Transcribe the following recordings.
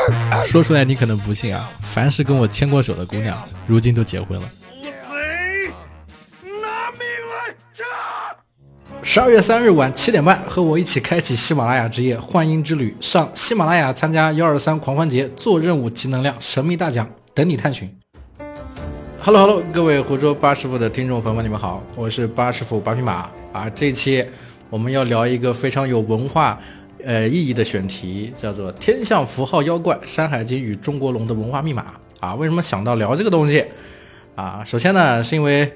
说出来你可能不信啊，凡是跟我牵过手的姑娘，如今都结婚了。贼，拿命来炸！十二月三日晚七点半，和我一起开启喜马拉雅之夜幻音之旅，上喜马拉雅参加幺二三狂欢节做任务集能量神秘大奖，等你探寻。Hello Hello，各位湖州八师傅的听众朋友们，你们好，我是八师傅八匹马啊。这期我们要聊一个非常有文化呃意义的选题，叫做《天象符号妖怪：山海经与中国龙的文化密码》啊。为什么想到聊这个东西啊？首先呢，是因为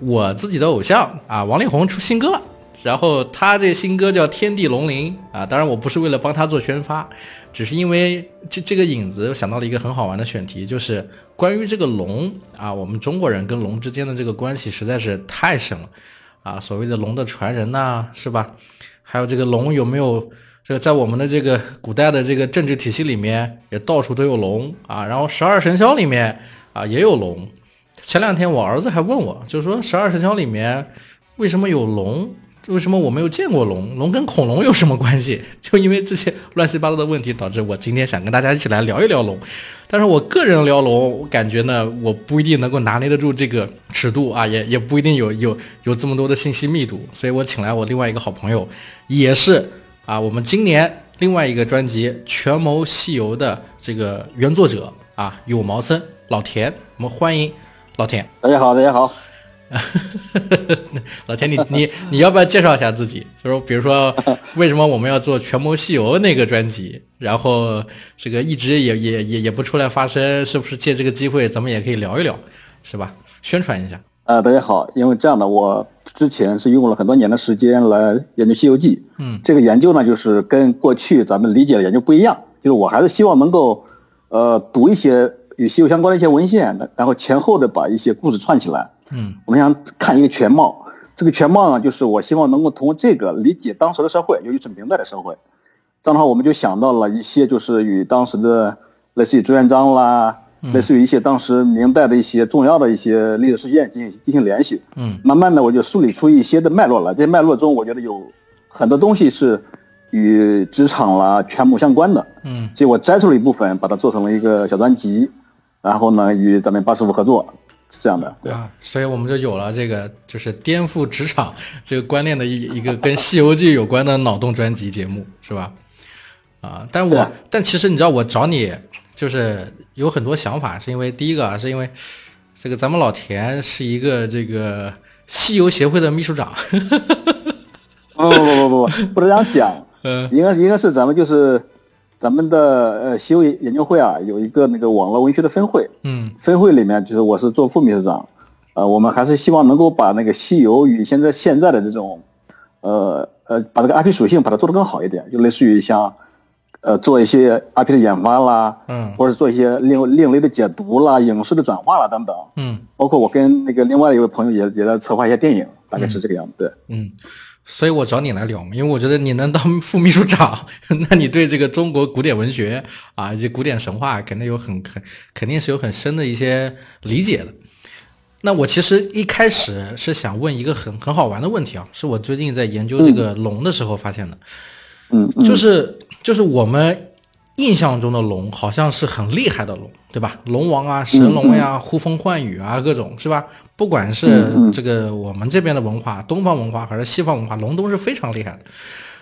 我自己的偶像啊，王力宏出新歌了。然后他这新歌叫《天地龙鳞》啊，当然我不是为了帮他做宣发，只是因为这这个引子想到了一个很好玩的选题，就是关于这个龙啊，我们中国人跟龙之间的这个关系实在是太深了啊，所谓的龙的传人呐、是吧？还有这个龙有没有这个在我们的这个古代的这个政治体系里面也到处都有龙啊，然后十二生肖里面啊也有龙。前两天我儿子还问我，就是说十二生肖里面为什么有龙？为什么我没有见过龙？龙跟恐龙有什么关系？ 就因为这些乱七八糟的问题，导致我今天想跟大家一起来聊一聊龙。但是我个人聊龙，我感觉呢，我不一定能够拿捏得住这个尺度啊，也也不一定有有有这么多的信息密度。所以我请来我另外一个好朋友，也是啊，我们今年另外一个专辑《权谋西游》的这个原作者啊，有毛森老田，我们欢迎老田。 大家好，大家好，老田，你你你要不要介绍一下自己？就是比如说， 为什么我们要做《权谋西游》那个专辑？然后这个一直也也也也不出来发声，是不是借这个机会咱们也可以聊一聊，是吧？宣传一下。呃，大家好，因为这样的，我之前是用了很多年的时间来研究《西游记》，嗯，这个研究呢，就是跟过去咱们理解的研究不一样，就是我还是希望能够，呃，读一些与西游相关的一些文献，然后前后的把一些故事串起来，嗯我们想看一个全貌。这个全貌呢，就是我希望能够通过这个理解当时的社会，尤其是明代的社会。这样的话，我们就想到了一些就是与当时的类似于朱元璋啦，嗯类似于一些当时明代的一些重要的一些历史事件进行进行联系。嗯慢慢的，我就梳理出一些的脉络来。这些脉络中，我觉得有很多东西是与职场啦、权谋相关的。嗯所以我摘出了一部分，把它做成了一个小专辑，然后呢，与咱们八师傅合作，是这样的。对。啊，所以我们就有了这个就是颠覆职场 这个观念的一一个跟《西游记》有关的脑洞专辑节目，是吧？啊，但我、对但其实你知道，我找你就是有很多想法，是因为第一个啊，是因为这个咱们老田是一个这个西游协会的秘书长，不不不不不，不能这样 讲。嗯应该应该是咱们就是咱们的呃西游研究会啊，有一个那个网络文学的分会，嗯分会里面就是我是做副秘书长，呃，我们还是希望能够把那个西游与现在现在的这种，呃呃，把这个 IP 属性把它做得更好一点，就类似于像，呃，做一些 IP 的研发啦，嗯或者做一些另另类的解读啦、影视的转化啦等等，嗯包括我跟那个另外一位朋友也也在策划一些电影，大概是这个样子。对。嗯，所以我找你来聊嘛，因为我觉得你能当副秘书长， 那你对这个中国古典文学啊以及古典神话肯定有很很肯定是有很深的一些理解的。那我其实一开始是想问一个很很好玩的问题啊，是我最近在研究这个龙的时候发现的，嗯，嗯就是就是我们印象中的龙好像是很厉害的龙，对吧？龙王啊、神龙呀、呼风唤雨啊，各种是吧？不管是嗯嗯呃这个我们这边的文化，东方文化还是西方文化，龙都是非常厉害的。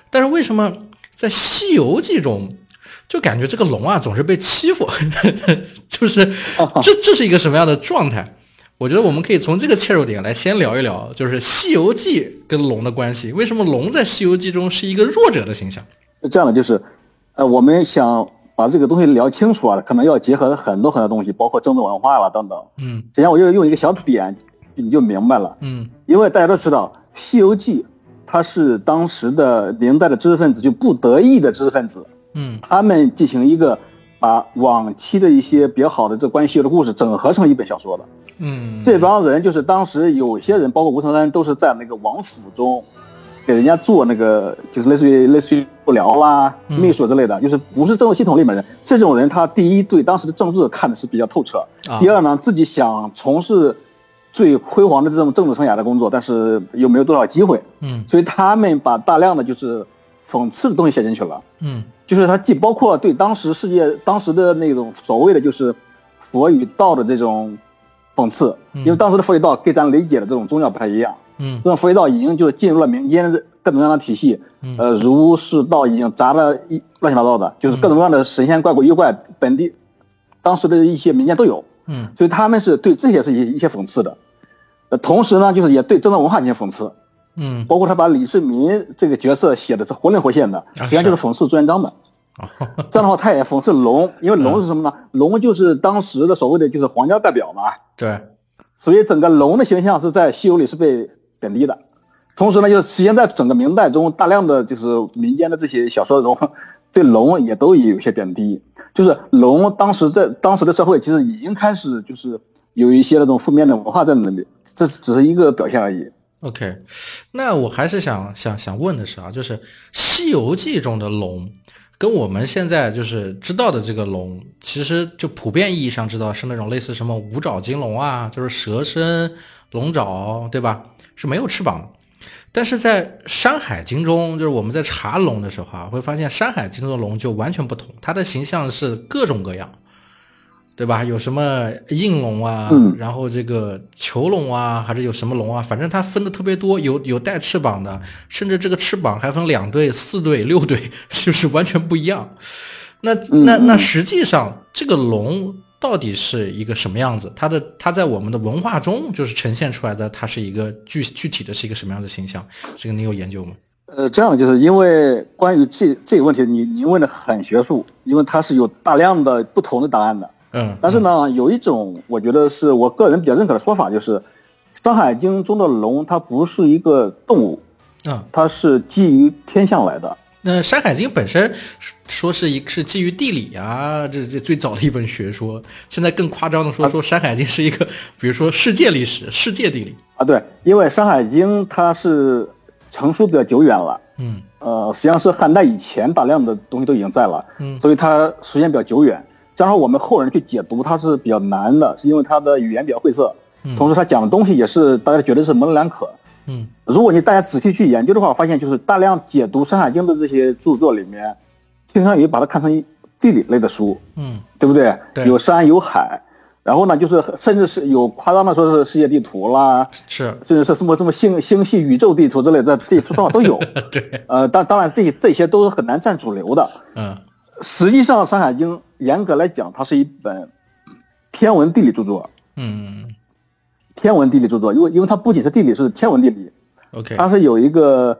但是为什么在《西游记》中，就感觉这个龙啊总是被欺负？ 就是 这这是一个什么样的状态？我觉得我们可以从这个切入点来先聊一聊，就是《西游记》跟龙的关系。为什么龙在《西游记》中是一个弱者的形象？是这样的，就是，呃，我们想把这个东西聊清楚啊，可能要结合很多很多东西，包括政治文化啦等等。嗯等一下我就用一个小点，你就明白了。嗯因为大家都知道，《西游记》它是当时的明代的知识分子，就不得已的知识分子，嗯他们进行一个把往期的一些比较好的这关于西游的故事整合成一本小说的。嗯，这帮人就是当时有些人，包括吴承恩，都是在那个王府中，给人家做那个就是类似于类似于幕僚啦、嗯秘书之类的，就是不是政治系统里面的人。这种人，他第一对当时的政治看的是比较透彻，啊第二呢，自己想从事最辉煌的这种政治生涯的工作，但是又没有多少机会，嗯所以他们把大量的就是讽刺的东西写进去了，嗯就是它既包括对当时世界当时的那种所谓的就是佛与道的这种讽刺，嗯因为当时的佛与道跟咱理解的这种宗教不太一样，嗯这种佛与道已经就是进入了民间的各种各样的体系，嗯呃，儒释道已经杂了一乱七八糟的，就是各种各样的神仙怪鬼妖怪，本地当时的一些民间都有，嗯所以他们是对这些是一一些讽刺的。呃，同时呢，就是也对正统文化进行讽刺，嗯，包括他把李世民这个角色写的是活灵活现的，实际上就是讽刺朱元璋的。哦这样的话，他也讽刺龙，因为龙是什么呢？龙就是当时的所谓的就是皇家代表嘛，对，所以整个龙的形象是在西游里是被贬低的。同时呢，就是实际上在整个明代中，大量的就是民间的这些小说中，对龙也都有一些贬低。就是龙当时在当时的社会，其实已经开始就是有一些那种负面的文化在那里，这只是一个表现而已。 OK，那我还是想想想问的是啊，就是《西游记》中的龙，跟我们现在就是知道的这个龙，其实就普遍意义上知道是那种类似什么五爪金龙啊，就是蛇身、龙爪，对吧？是没有翅膀的。但是在《山海经》中，就是我们在查龙的时候啊，会发现《山海经》中的龙就完全不同，它的形象是各种各样，对吧？有什么应龙啊，嗯然后这个囚龙啊，还是有什么龙啊？反正它分的特别多，有有带翅膀的，甚至这个翅膀还分两对、四对、六对， 就是完全不一样。那那嗯嗯那实际上，这个龙到底是一个什么样子？它的它在我们的文化中就是呈现出来的，它是一个具具体的是一个什么样的形象？这个你有研究吗？呃，这样就是因为关于这这个问题，你您问的很学术，因为它是有大量的不同的答案的。嗯，但是呢，有一种我觉得是我个人比较认可的说法，就是《山海经》中的龙，它不是一个动物，嗯，它是基于天象来的。那《山海经》本身是说是一是基于地理啊，这这最早的一本学说。现在更夸张啊的说，说《山海经》是一个，比如说世界历史、世界地理。啊，对，因为《山海经》它是成书比较久远了，嗯呃，实际上是汉代以前大量的东西都已经在了，嗯所以它时间比较久远。加上我们后人去解读它是比较难的，是因为它的语言比较晦涩，嗯同时它讲的东西也是大家觉得是模棱两可。嗯如果你大家仔细去研究的话，发现就是大量解读《山海经》的这些著作里面，倾向于把它看成一地理类的书，嗯对不对？对有山有海，然后呢，就是甚至是有夸张的说是世界地图啦，是，甚至是什么什么星星系宇宙地图之类的，这些说法都有。对，呃，当当然这这些都是很难占主流的。嗯实际上，《山海经》严格来讲，它是一本天文地理著作，嗯天文地理著作，因为因为它不仅是地理，是天文地理。 ，OK，它是有一个，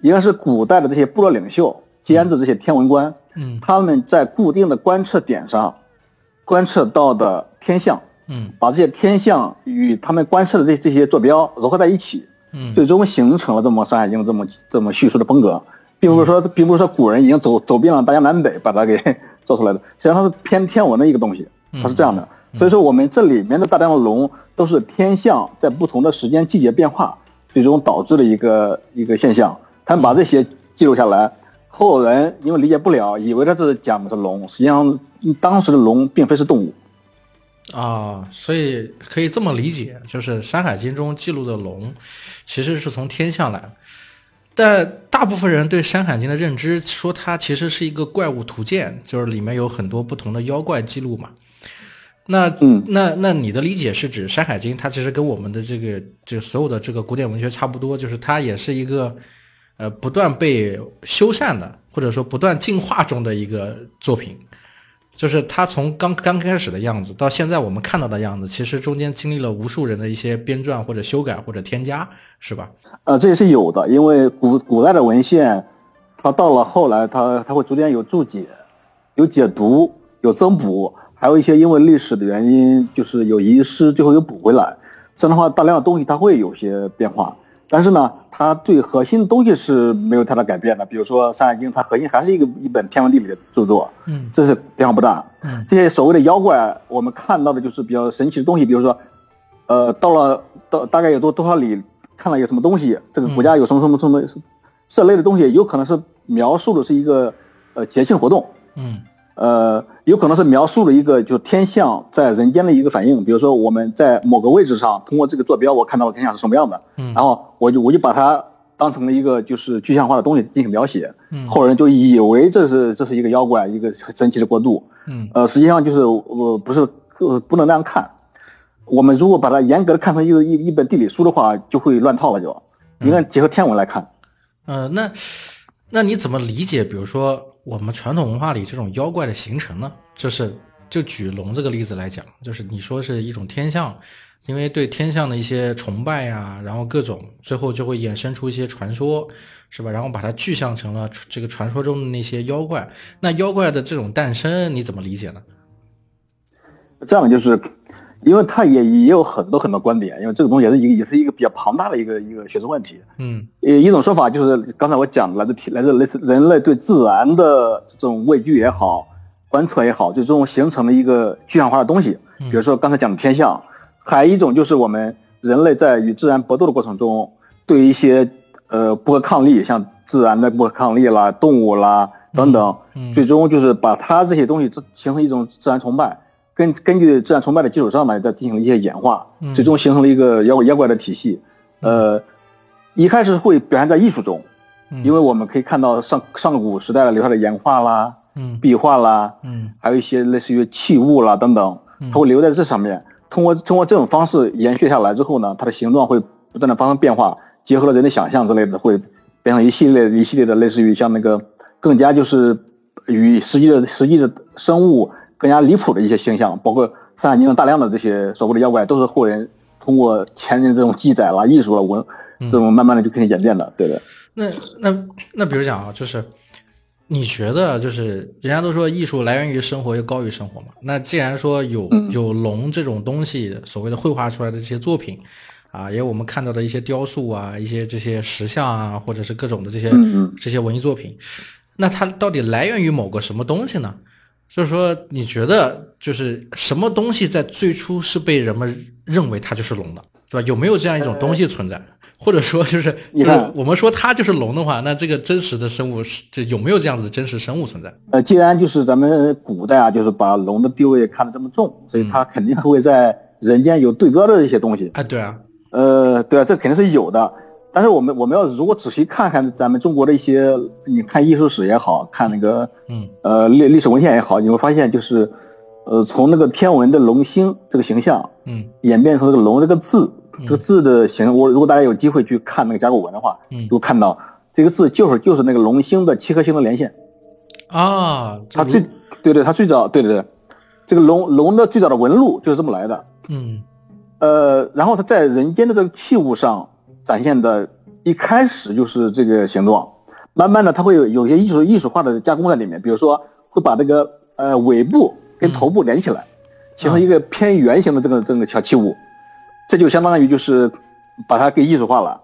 应该是古代的这些部落领袖监制这些天文官，嗯他们在固定的观测点上观测到的天象，嗯把这些天象与他们观测的这这些坐标融合在一起，嗯，最终形成了这么《山海经》这么这么叙述的风格，并不是说并不是说古人已经走走遍了大江南北把它给 做出来的，实际上它是偏天文的一个东西，它是这样的。所以说我们这里面的大量的龙都是天象在不同的时间季节变化，最终导致的一个一个现象。他们把这些记录下来，后人因为理解不了，以为它是讲的是龙，实际上当时的龙并非是动物。啊，所以可以这么理解，就是《山海经》中记录的龙，其实是从天象来的。但大部分人对《山海经》的认知，说它其实是一个怪物图鉴，就是里面有很多不同的妖怪记录嘛。那嗯那那你的理解是指《山海经》它其实跟我们的这个这个所有的这个古典文学差不多，就是它也是一个呃不断被修缮的，或者说不断进化中的一个作品。就是它从刚刚开始的样子到现在我们看到的样子，其实中间经历了无数人的一些编撰或者修改或者添加，是吧？呃，这也是有的，因为古古代的文献，它到了后来它，它会逐渐有注解、有解读、有增补，还有一些因为历史的原因，就是有遗失，最后又补回来。这样的话，大量的东西它会有些变化，但是呢，它最核心的东西是没有太大改变的。比如说《山海经》，它核心还是一个一本天文地理的著作，嗯这是变化不大。嗯这些所谓的妖怪，我们看到的就是比较神奇的东西，比如说，呃，到了到大概有多多少里，看到有什么东西，这个国嗯家有什么什么什么这类的东西，有可能是描述的是一个呃节庆活动，嗯呃，有可能是描述了一个就是天象在人间的一个反应，比如说我们在某个位置上，通过这个坐标，我看到了天象是什么样的，嗯然后我就我就把它当成了一个就是具象化的东西进行描写，嗯后人就以为这是这是一个妖怪，一个神奇的国度，嗯呃，实际上就是我、呃不是呃不能那样看。我们如果把它严格的看成一个一一本地理书的话，就会乱套了就。应该结合天文来看，呃，那那你怎么理解？比如说我们传统文化里这种妖怪的形成呢？就是就举龙这个例子来讲，就是你说是一种天象，因为对天象的一些崇拜呀、然后各种最后就会衍生出一些传说，是吧？然后把它具象成了传这个传说中的那些妖怪。那妖怪的这种诞生，你怎么理解呢？这样就是，因为它也也有很多很多观点，因为这个东西也是一个也是一个比较庞大的一个一个学术问题。嗯呃，一种说法就是刚才我讲的，来自天来自类似人类对自然的这种畏惧也好，观测也好，最终形成了一个具象化的东西。比如说刚才讲的天象，还有一种就是我们人类在与自然搏斗的过程中，对一些呃不可抗力，像自然的不可抗力啦、动物啦等等，嗯最终就是把它这些东西自形成一种自然崇拜。根根据自然崇拜的基础上呢，再进行了一些演化，嗯最终形成了一个妖怪妖怪的体系。呃，一开始会表现在艺术中，嗯因为我们可以看到上上古时代留下的岩画啦、嗯壁画啦，嗯还有一些类似于器物啦等等，嗯它会留在这上面。通过通过这种方式延续下来之后呢，它的形状会不断的发生变化，结合了人的想象之类的，会变成一系列一系列的类似于像那个更加就是与实际的实际的生物更加离谱的一些形象，包括《山海经》上大量的这些所谓的妖怪，都是后人通过前人这种记载啦、艺术啦、文嗯这种慢慢的就开始演变的，对的。那那那，比如讲啊，就是你觉得，就是人家都说艺术来源于生活，又高于生活嘛。那既然说有嗯有龙这种东西，所谓的绘画出来的这些作品，啊，也有我们看到的一些雕塑啊，一些这些石像啊，或者是各种的这些嗯嗯这些文艺作品，那它到底来源于某个什么东西呢？就是说，你觉得就是什么东西在最初是被人们认为它就是龙的，对吧？有没有这样一种东西存在？或者说，就是呃你就看是我们说它就是龙的话，那这个真实的生物是这有没有这样子的真实生物存在？呃，既然就是咱们古代啊，就是把龙的地位看得这么重，所以它肯定会在人间有对标的一些东西。哎，对啊，呃，对啊，这肯定是有的。但是我们我们要如果仔细看看咱们中国的一些，你看艺术史也好看那个嗯呃历历史文献也好，你会发现就是，呃，从那个天文的龙星这个形象嗯演变成这个龙这个字，这个字的形象，我如果大家有机会去看那个甲骨文的话，嗯就会看到这个字就是就是那个龙星的七颗星的连线。啊，这它如最对对，它最早对对对，这个龙龙的最早的纹路就是这么来的。嗯呃，然后它在人间的这个器物上展现的，一开始就是这个形状，慢慢的它会有有些艺术艺术化的加工在里面，比如说会把这个呃尾部跟头部连起来，形成一个偏圆形的这个这个小器物，这就相当于就是把它给艺术化了。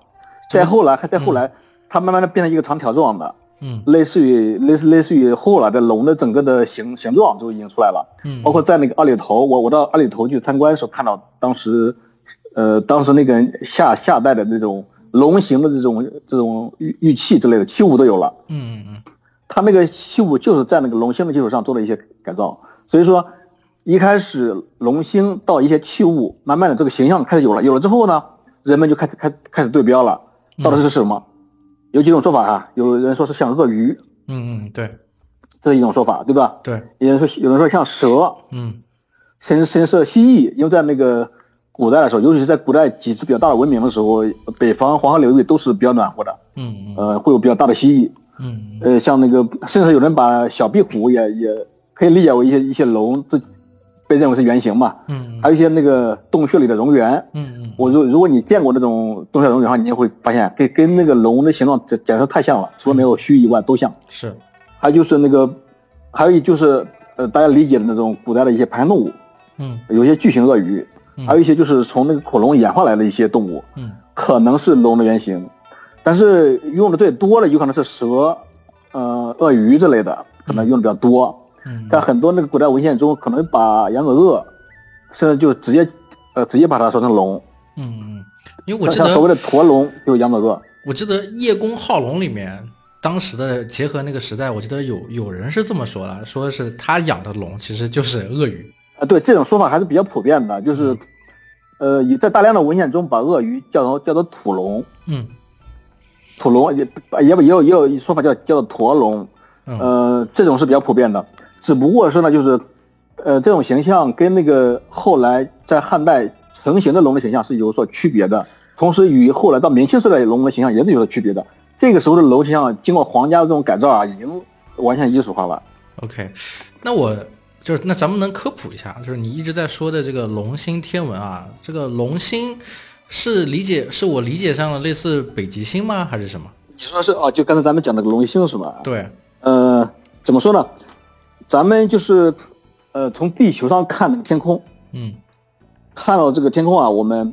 再后来，再后来，它慢慢的变成一个长条状的，嗯类似于类似类似于后来的龙的整个的形形状就已经出来了，嗯，包括在那个二里头，我我到二里头去参观的时候，看到当时，呃，当时那个下下代的那种龙形的这种这种玉玉器之类的器物都有了，嗯嗯它那个器物就是在那个龙星的基础上做了一些改造，所以说一开始龙星到一些器物，慢慢的这个形象开始有了，有了之后呢，人们就开始开开始对标了，到底是什么？有几种说法啊，有人说是像鳄鱼，嗯嗯嗯，对这是一种说法，对吧？对，有人说有人说像蛇，嗯甚至甚至是蜥蜴，因为在那个古代的时候，尤其是在古代几支比较大的文明的时候，北方黄河流域都是比较暖和的，嗯嗯呃，会有比较大的蜥蜴，嗯呃，像那个甚至有人把小壁虎也也可以理解为一些一些龙，这被认为是原型嘛，嗯还有一些那个洞穴里的蝾螈，嗯嗯我如如果你见过那种洞穴蝾螈的话，你就会发现跟跟那个龙的形状简简直太像了，除了没有须以外都像。是还有就是那个，还有一就是呃，大家理解的那种古代的一些爬行动物，嗯有一些巨型鳄鱼，嗯还有一些就是从那个恐龙演化来的一些动物，嗯可能是龙的原型，但是用的最多的有可能是蛇、呃鳄鱼之类的，可能用的比较多。嗯在很多那个古代文献中，可能把羊梗鳄，甚至就直接呃直接把它说成龙，嗯嗯，因为我像记像得所谓的驼龙就是羊梗鳄。我记得《叶公好龙》里面，当时的结合那个时代，我记得有有人是这么说了，说是他养的龙其实就是鳄鱼。啊，对这种说法还是比较普遍的，就是，嗯呃，也在大量的文献中把鳄鱼叫成叫做土龙，嗯土龙也也也有也有说法叫叫驼龙，嗯呃，这种是比较普遍的。只不过是呢，就是，呃，这种形象跟那个后来在汉代成型的龙的形象是有所区别的，同时与后来到明清时代的龙的形象也是有所区别的。这个时候的龙形象经过皇家的这种改造啊，已经完全艺术化了。 OK，那我就是那咱们能科普一下，就是你一直在说的这个龙星天文啊，这个龙星是理解是我理解上的类似北极星吗？还是什么？你说是哦？就刚才咱们讲的龙星是吧？对，呃，怎么说呢？咱们就是，呃，从地球上看那个天空，嗯看到这个天空啊，我们，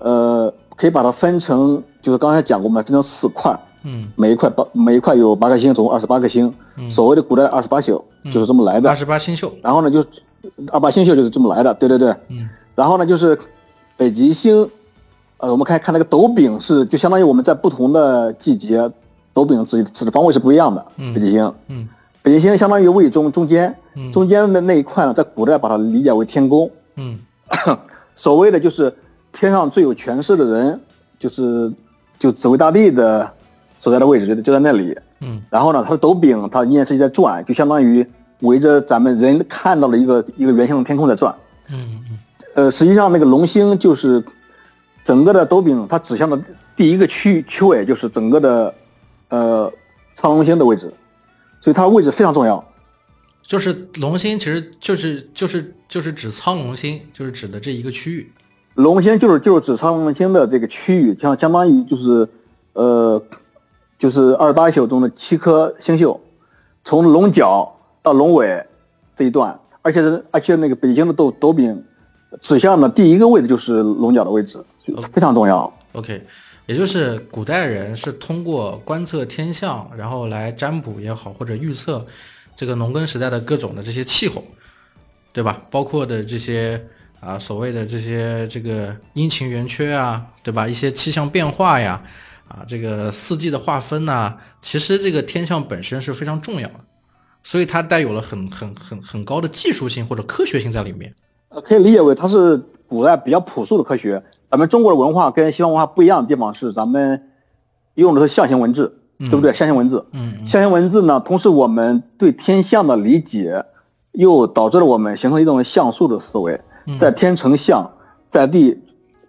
呃，可以把它分成，就是刚才讲过，我们分成四块，嗯，每一块八，每一块有八颗星，总共二十八颗星。嗯所谓的古代二十八宿就是这么来的。二十八星宿，然后呢，就是二八星宿就是这么来的，对对对。嗯然后呢，就是北极星，呃，我们看看那个斗柄是，就相当于我们在不同的季节，斗柄指指的方位是不一样的。嗯北极星，嗯北极星相当于位中中间嗯，中间的那一块呢，在古代把它理解为天宫。嗯所谓的就是天上最有权势的人，就是就紫薇大帝的所在的位置就就在那里。嗯然后呢，它的斗柄它依然是在转，就相当于围着咱们人看到的一个一个圆形的天空在转。嗯嗯呃，实际上那个龙星就是整个的斗柄它指向的第一个区区位，就是整个的呃苍龙星的位置，所以它位置非常重要。就是龙星其实就是就是就是指苍龙星，就是指的这一个区域。龙星就是就是指苍龙星的这个区域，相相当于就是，呃，就是二十八宿中的七颗星宿，从龙角到龙尾这一段，而且是而且那个北京的斗斗柄指向的第一个位置就是龙角的位置，就非常重要。 OK，也就是古代人是通过观测天象，然后来占卜也好，或者预测这个农耕时代的各种的这些气候，对吧？包括的这些啊所谓的这些这个阴晴圆缺啊，对吧？一些气象变化呀，啊这个四季的划分呐、其实这个天象本身是非常重要的，所以它带有了很很很很高的技术性或者科学性在里面。呃，可以理解为它是古代比较朴素的科学。咱们中国的文化跟西方文化不一样的地方是，咱们用的是象形文字，对不对？象形文字，嗯嗯象形文字呢，同时我们对天象的理解，又导致了我们形成一种象数的思维，嗯在天成象，在地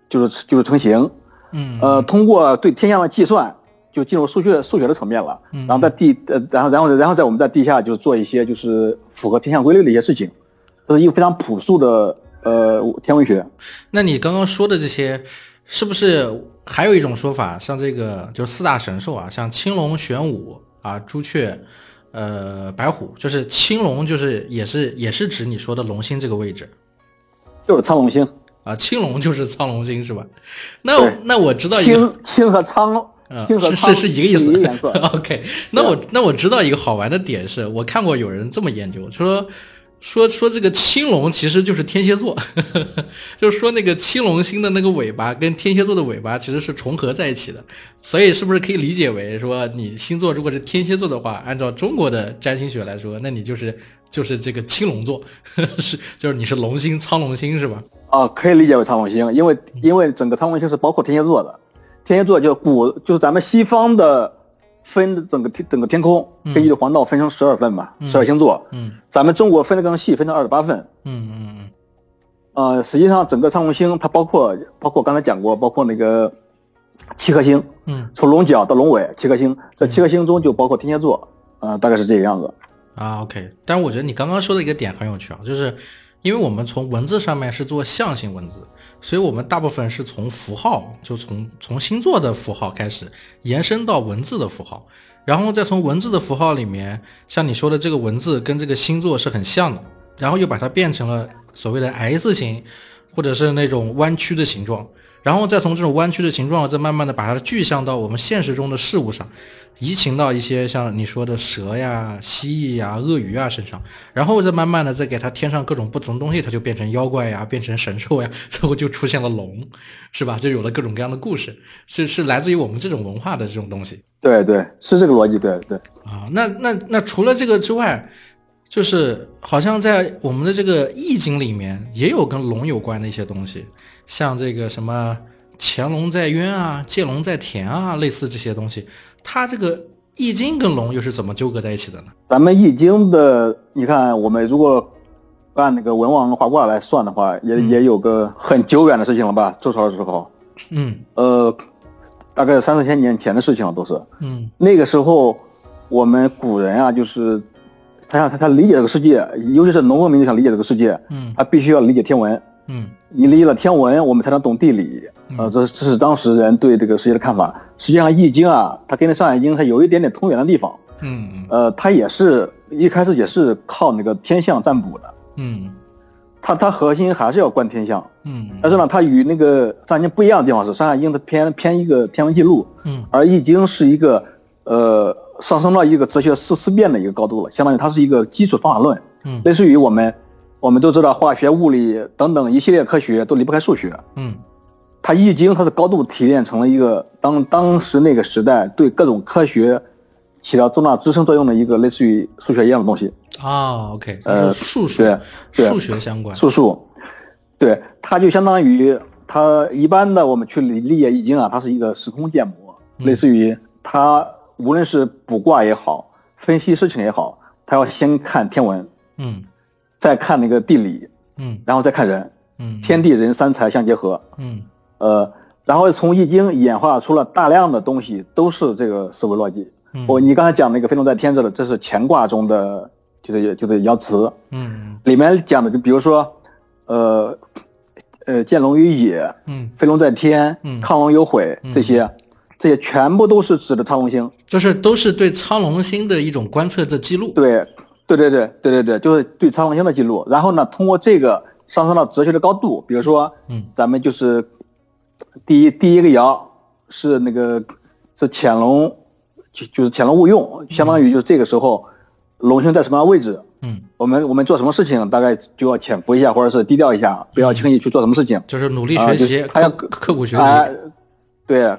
就是就是成形。嗯呃，通过对天象的计算，就进入数学数学的层面了。嗯然后在地呃，然后然后然后在我们在地下就做一些就是符合天象规律的一些事情，这是一个非常朴素的呃天文学。那你刚刚说的这些，是不是还有一种说法？像这个就是四大神兽啊，像青龙、玄武啊、朱雀、呃白虎，就是青龙，就是也是也是指你说的龙星这个位置就是苍龙星，啊，青龙就是苍龙星是吧？那对那我知道一个青青和苍，嗯，青和是苍是是一个意思。一个颜色。 OK，那我那我知道一个好玩的点是，我看过有人这么研究，说说说这个青龙其实就是天蝎座， 就是说那个青龙星的那个尾巴跟天蝎座的尾巴其实是重合在一起的，所以是不是可以理解为说你星座如果是天蝎座的话，按照中国的占星学来说，那你就是就是这个青龙座， 是就是你是龙星苍龙星是吧？啊，可以理解为苍龙星，因为因为整个苍龙星是包括天蝎座的，天蝎座就是古就是咱们西方的分的整个天整个天空，根据黄道分成十二份嘛，十二星座。嗯咱们中国分的更细，分成二十八份。嗯嗯嗯呃，实际上整个苍龙星它包括包括刚才讲过，包括那个七颗星，嗯从龙角到龙尾七颗星，在七颗星中就包括天蝎座，呃，大概是这个样子。啊，OK，但我觉得你刚刚说的一个点很有趣啊，就是因为我们从文字上面是做象形文字，所以我们大部分是从符号，就从从星座的符号开始延伸到文字的符号，然后再从文字的符号里面，像你说的这个文字跟这个星座是很像的，然后又把它变成了所谓的 S 型，或者是那种弯曲的形状，然后再从这种弯曲的形状，再慢慢的把它具象到我们现实中的事物上，移情到一些像你说的蛇呀、蜥蜴呀、鳄鱼啊身上，然后再慢慢的再给它添上各种不同东西，它就变成妖怪呀，变成神兽呀， 最后就出现了龙，是吧？就有了各种各样的故事，是是来自于我们这种文化的这种东西。对对，是这个逻辑，对对。啊，那那那除了这个之外，就是好像在我们的这个易经里面也有跟龙有关的一些东西，像这个什么乾隆在渊啊，借龙在田啊，类似这些东西，它这个易经跟龙又是怎么纠葛在一起的呢？咱们易经的，你看我们如果按那个文王画卦来算的话，也、嗯也有个很久远的事情了吧？周朝的时候，嗯呃，大概三四千年前的事情了，都是。嗯那个时候，我们古人啊，就是他想他他理解这个世界，尤其是农耕民族想理解这个世界，嗯他必须要理解天文。嗯你理解了天文，我们才能懂地理。呃，这这是当时人对这个世界的看法。实际上，《易经》啊，它跟那《山海经》它有一点点通源的地方。嗯呃，它也是一开始也是靠那个天象占卜的，嗯它它核心还是要观天象。嗯但是呢，它与那个《山海经》不一样的地方是，《山海经》它偏偏一个天文记录，嗯而《易经》是一个呃上升到一个哲学思思辨的一个高度了，相当于它是一个基础方法论，嗯类似于我们我们都知道化学、物理等等一系列科学都离不开数学。嗯它《易经》它的高度提炼成了一个当当时那个时代对各种科学起到重大支撑作用的一个类似于数学一样的东西，啊，OK，呃就是数对学对啊数学相关，数数。对，它就相当于它一般的我们去理理解《易经》啊，它是一个时空建模，嗯类似于它无论是卜卦也好，分析事情也好，它要先看天文，嗯再看那个地理，嗯然后再看人，嗯，天地人三才相结合。嗯呃，然后从易经演化出了大量的东西，都是这个思维逻辑。嗯我、你刚才讲那个飞龙在天这个，这是乾卦中的，就是就是爻辞嗯里面讲的，就比如说，呃，呃，见龙于野，嗯，飞龙在天，嗯亢龙有悔嗯这些，这些全部都是指的苍龙星。就是都是对苍龙星的一种观测的记录，对，对对对对对对，就是对苍龙星的记录。然后呢，通过这个上升到哲学的高度，比如说，嗯咱们就是第一第一个爻是那个是潜龙，就就是潜龙勿用，相当于就是这个时候龙星在什么样的位置，嗯，我们我们做什么事情大概就要潜伏一下，或者是低调一下，不要轻易去做什么事情。就是努力啊学就习，他要刻刻苦学习，啊，对，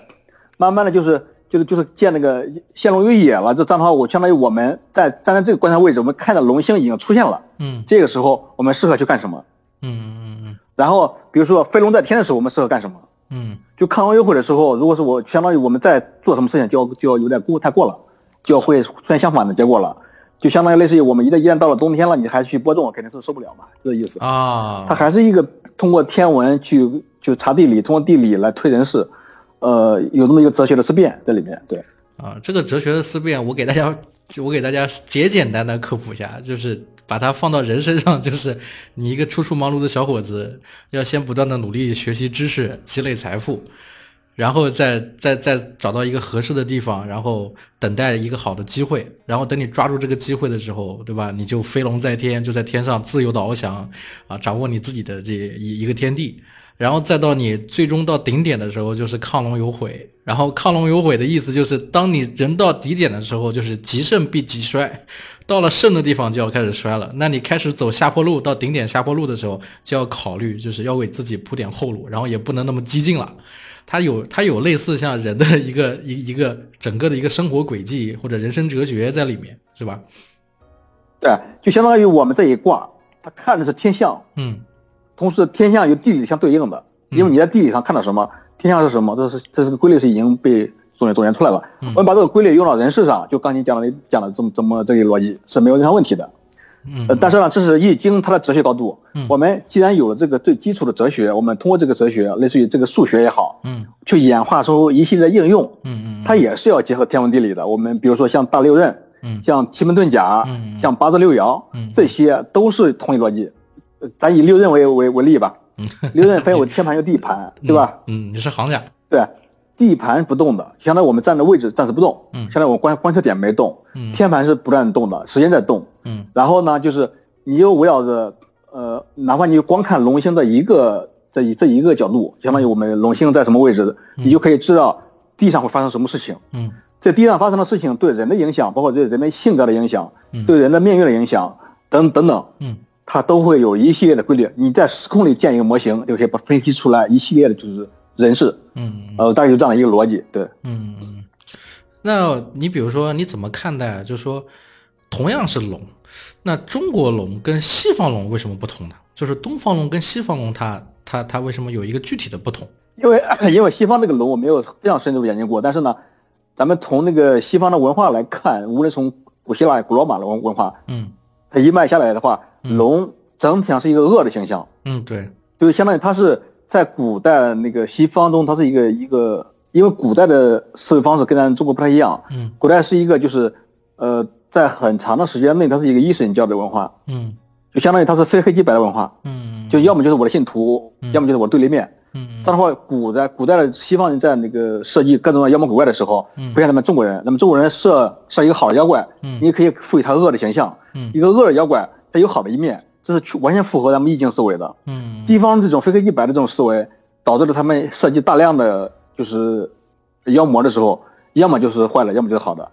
慢慢的就是就是就是见那个现龙于野了，这正好我相当于我们在站在这个观察位置，我们看到龙星已经出现了，嗯这个时候我们适合去干什么？嗯嗯然后比如说飞龙在天的时候，我们适合干什么？嗯嗯就看奥运会的时候，如果是我相当于我们在做什么事情，就要就要有点过太过了，就要会出现相反的结果了，就相当于类似于我们一旦一旦到了冬天了，你还去播种，肯定是受不了嘛，这个意思嗯。啊，它还是一个通过天文去就查地理，通过地理来推人事，呃，有这么一个哲学的思辨在里面。对，啊，这个哲学的思辨，我给大家，我给大家简简单单科普一下，就是把它放到人身上，就是你一个初出茅庐的小伙子，要先不断的努力学习知识，积累财富，然后再再再找到一个合适的地方，然后等待一个好的机会，然后等你抓住这个机会的时候，对吧？你就飞龙在天，就在天上自由的翱翔，啊，掌握你自己的这一一个天地。然后再到你最终到顶点的时候，就是亢龙有悔。然后亢龙有悔的意思就是，当你人到极点的时候，就是极盛必极衰，到了盛的地方就要开始衰了。那你开始走下坡路，到顶点下坡路的时候，就要考虑，就是要为自己铺点后路，然后也不能那么激进了。它有它有类似像人的一个 一一个整个的一个生活轨迹或者人生哲学在里面，是吧？对，就相当于我们这一卦，它看的是天象，嗯同时天象与地理相对应的，嗯因为你在地理上看到什么，天象是什么，这是这是个规律是已经被总结总结出来了。嗯我们把这个规律用到人事上，就刚才讲的讲的这么这么这个逻辑是没有任何问题的。嗯呃，但是呢，这是易经它的哲学高度。嗯我们既然有了这个最基础的哲学，我们通过这个哲学，类似于这个数学也好，嗯去演化出一系列应用，嗯嗯它也是要结合天文地理的。我们比如说像大六壬，嗯像奇门遁甲，嗯嗯像八字六爻，嗯这些都是同一逻辑。呃咱以六壬为为为例吧，六壬分有天盘有地盘，对吧？？嗯，你是行家。对，地盘不动的，相当于我们站的位置暂时不动，嗯相当于我们观观测点没动，嗯天盘是不断动的，时间在动。嗯然后呢，就是你又围绕着呃，哪怕你光看龙星的一个这一这一个角度，相当于我们龙星在什么位置，你就可以知道地上会发生什么事情。嗯这地上发生的事情对人的影响，包括对人的性格的影响，嗯对人的命运的影响等等等，嗯它都会有一系列的规律。你在时空里建一个模型，就可以把分析出来一系列的就是人事，嗯。呃，大概就这样的一个逻辑。对，嗯，嗯，那你比如说，你怎么看待？就说同样是龙，那中国龙跟西方龙为什么不同呢？就是东方龙跟西方龙它，它它为什么有一个具体的不同？因为 因为西方这个龙我没有非常深入研究过，但是呢，咱们从那个西方的文化来看，无论从古希腊、古罗马的文文化，嗯它一脉下来的话，嗯龙整体上是一个恶的形象，嗯，对，就是相当于它是在古代那个西方中，它是一个一个，因为古代的思维方式跟咱中国不太一样，嗯古代是一个就是呃，在很长的时间内，它是一个一神教的文化，嗯就相当于它是非黑即白的文化，嗯，就要么就是我的信徒，嗯要么就是我的对立面。嗯这样的话，古代古代的西方人在那个设计各种的妖魔鬼怪的时候，嗯不像咱们中国人。那么中国人设设一个好的妖怪，嗯你可以赋予他恶的形象。嗯一个恶的妖怪，它有好的一面，这是去完全符合咱们易经思维的。嗯西方这种非黑即白的这种思维，导致了他们设计大量的就是妖魔的时候，要么就是坏的，要么就是好的，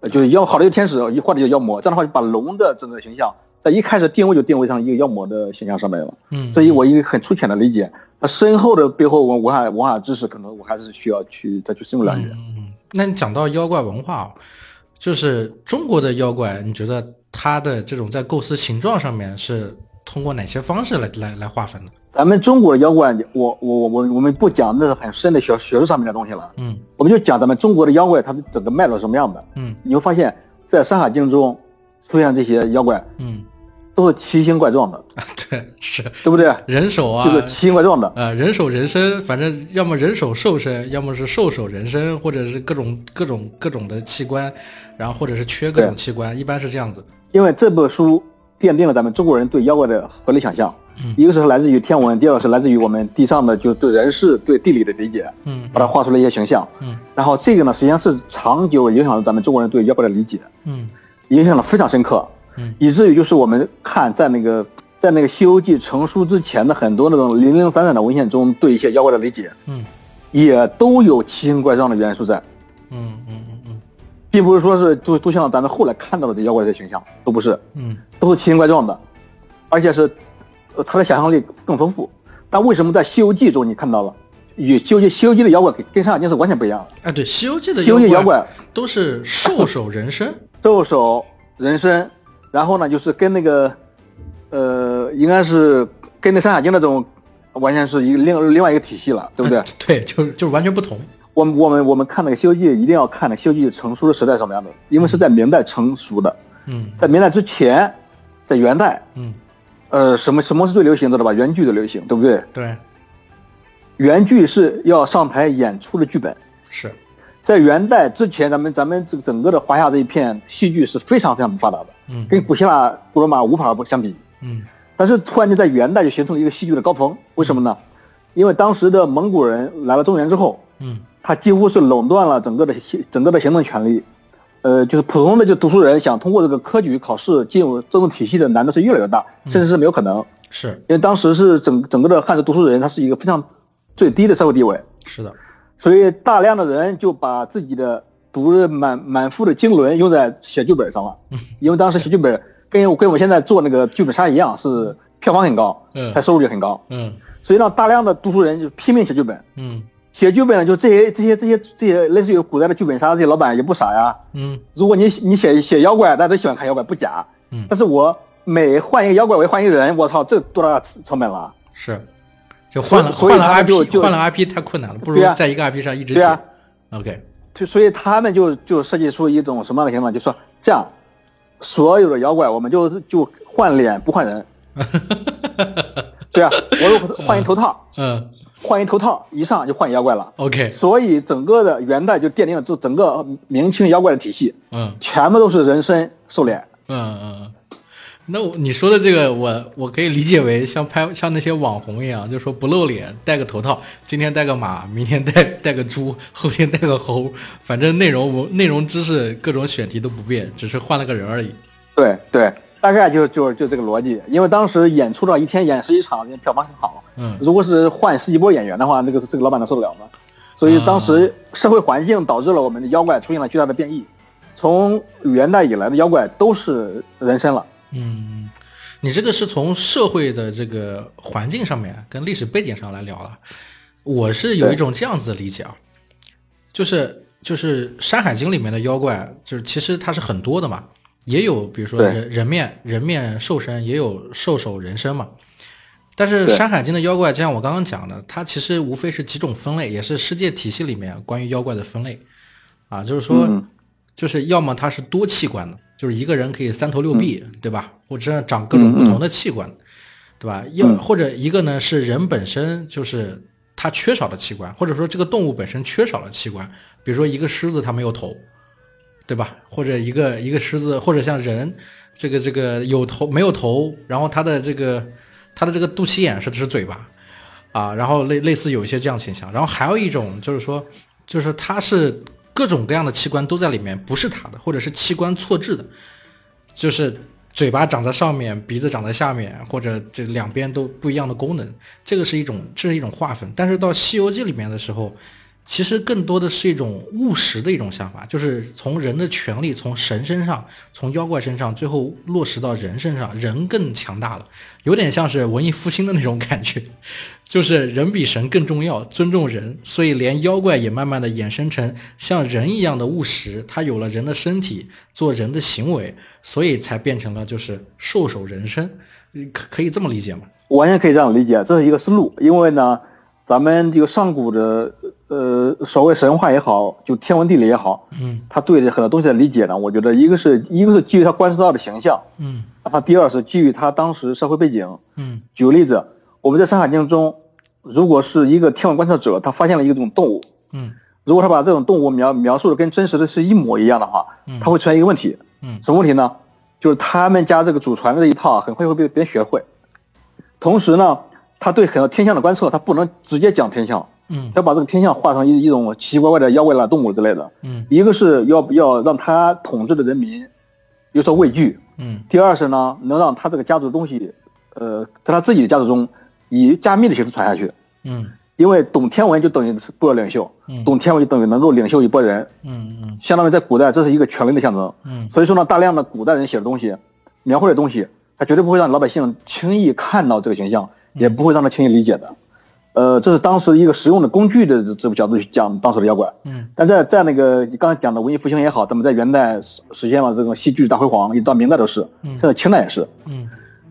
呃就是要好的就是天使，坏的就是妖魔。这样的话，就把龙的这个形象在一开始定位就定位上一个妖魔的形象上面了。嗯，这以我一个很粗浅的理解，那深厚的背后文文化文化知识，可能我还是需要去再去深入了解。嗯，那你讲到妖怪文化哦，就是中国的妖怪，你觉得它的这种在构思形状上面是通过哪些方式来来来划分的？咱们中国的妖怪，我我我我我们不讲那个很深的学学术上面的东西了，嗯我们就讲咱们中国的妖怪，它的整个脉络是什么样的。嗯你会发现在《山海经》中出现这些妖怪，嗯，都是奇形怪状的， 对，是对不对？人手啊就，是奇形怪状的。呃，人手人身，反正要么人手兽身，要么是兽手人身，或者是各种各种各种的器官，然后或者是缺各种对啊器官，一般是这样子。因为这部书奠定了咱们中国人对妖怪的合理想象，嗯一个是来自于天文，第二个是来自于我们地上的就对人事、对地理的理解，嗯把它画出了一些形象。嗯然后这个呢，实际上是长久影响了咱们中国人对妖怪的理解，嗯影响的非常深刻，嗯以至于就是我们看在那个在那个《西游记》成书之前的很多那种零零散散的文献中，对一些妖怪的理解嗯也都有奇形怪状的元素在，嗯嗯嗯并不是说是都都像咱们后来看到的这妖怪的形象，都不是，嗯都是奇形怪状的，而且是呃他的想象力更丰富。但为什么在《西游记》中你看到了与《西游记》《西游记》的妖怪跟跟《山海经》是完全不一样的？嗯，哎，对，《西游记》的西游记妖怪都是兽首人身。兽首人身，然后呢就是跟那个，呃，应该是跟那《山海经》那种，完全是一个另另外一个体系了， 对不 啊对？对，就是就是完全不同。我们我们我们看那个《西游记》，一定要看那《西游记》成书的时代什么样的，因为是在明代成书的，嗯在明代之前，在元代，嗯，呃，什么什么是最流行的了吧？原剧的流行，对不对？对，原剧是要上台演出的剧本。是，在元代之前，咱们咱们这个整个的华夏这一片戏剧是非常非常不发达的，嗯跟古希腊、古罗马无法不相比。嗯但是突然间在元代就形成了一个戏剧的高峰，为什么呢？因为当时的蒙古人来了中原之后，嗯他几乎是垄断了整个的行整个的行政权力，呃，就是普通的就读书人想通过这个科举考试进入这种体系的难度是越来越大，甚至是没有可能，是因为当时是整整个的汉族读书人，他是一个非常最低的社会地位，是的，所以大量的人就把自己的读的满满腹的经纶用在写剧本上了，因为当时写剧本跟跟我们现在做那个剧本杀一样，是票房很高嗯，它收入也很高，嗯所以让大量的读书人就拼命写剧本。嗯写剧本呢，就这些这些这些这些类似于古代的剧本杀，这些老板也不傻呀。嗯如果你你写写妖怪，大家都喜欢看妖怪，不假。嗯但是我每换一个妖怪，我就换一个人，我操，这多大成本了啊？是，就换了所以换了他就 IP，就换了 IP 太困难了，不如对啊在一个 IP 上一直对啊写。OK，就所以他们就就设计出一种什么样的想法，就说这样，所有的妖怪我们就就换脸不 换人，对啊，我如果换一头套，嗯换一头套一上就换妖怪了。 ，OK，所以整个的元代就奠定了就整个明清妖怪的体系，嗯全部都是人身兽脸。嗯嗯。嗯那我你说的这个，我我可以理解为像拍像那些网红一样，就说不露脸，戴个头套，今天戴个马，明天戴戴个猪，后天戴个猴，反正内容我内容知识各种选题都不变，只是换了个人而已。对对，大概就就就这个逻辑。因为当时演出了一天演十几场，票房很好。嗯如果是换十几波演员的话，那个这个老板能受得了吗？所以当时社会环境导致了我们的妖怪出现了巨大的变异。从元代以来的妖怪都是人身了，嗯，你这个是从社会的这个环境上面跟历史背景上来聊了。我是有一种这样子的理解啊，就是就是《山海经》里面的妖怪，就是其实它是很多的嘛，也有比如说对人人面人面兽身，也有兽首人身嘛。但是《对山海经》的妖怪，就像我刚刚讲的，它其实无非是几种分类，也是世界体系里面关于妖怪的分类啊，就是说，嗯就是要么它是多器官的，就是一个人可以三头六臂，对吧？或者长各种不同的器官，对吧？要、或者一个呢是人本身就是它缺少的器官，或者说这个动物本身缺少了器官，比如说一个狮子它没有头，对吧？或者一个一个狮子，或者像人，这个这个有头没有头，然后它的这个它的这个肚脐眼是只嘴巴啊，然后类类似有一些这样倾向。然后还有一种就是说，就是它是各种各样的器官都在里面，不是它的，或者是器官错置的，就是嘴巴长在上面，鼻子长在下面，或者这两边都不一样的功能，这个是一种这是一种划分。但是到《西游记》里面的时候，其实更多的是一种务实的一种想法，就是从人的权利从神身上，从妖怪身上，最后落实到人身上，人更强大了，有点像是文艺复兴的那种感觉，就是人比神更重要，尊重人，所以连妖怪也慢慢的衍生成像人一样的务实，他有了人的身体，做人的行为，所以才变成了就是兽首人身，可可以这么理解吗？完全可以这样理解，这是一个思路。因为呢，咱们这个上古的呃所谓神话也好，就天文地理也好，嗯他对很多东西的理解呢，我觉得一个是一个是基于他观察到的形象，嗯他第二是基于他当时社会背景。嗯举个例子，我们在《山海经》中，如果是一个天文观测者，他发现了一个这种动物，嗯如果他把这种动物描描述的跟真实的是一模一样的话嗯，他会出现一个问题，嗯什么问题呢？就是他们家这个祖传的这一套啊很快会被别人学会。同时呢，他对很多天象的观测，他不能直接讲天象，嗯他把这个天象画成一一种奇奇怪怪的妖怪啦、动物之类的。嗯一个是要要让他统治的人民有所畏惧，嗯第二是呢，能让他这个家族的东西，呃，在他自己的家族中以加密的形式传下去。嗯因为懂天文就等于是部落领袖，嗯懂天文就等于能够领袖一波人，嗯嗯相当于在古代这是一个权力的象征。嗯所以说呢，大量的古代人写的东西，描绘的东西，他绝对不会让老百姓轻易看到这个形嗯象，也不会让他轻易理解的。呃，这是当时一个实用的工具的这这个角度去讲当时的妖怪。嗯但在在那个你刚才讲的文艺复兴也好，咱们在元代实实现了这种戏剧大辉煌，一直到明代都是，嗯甚至清代也是。嗯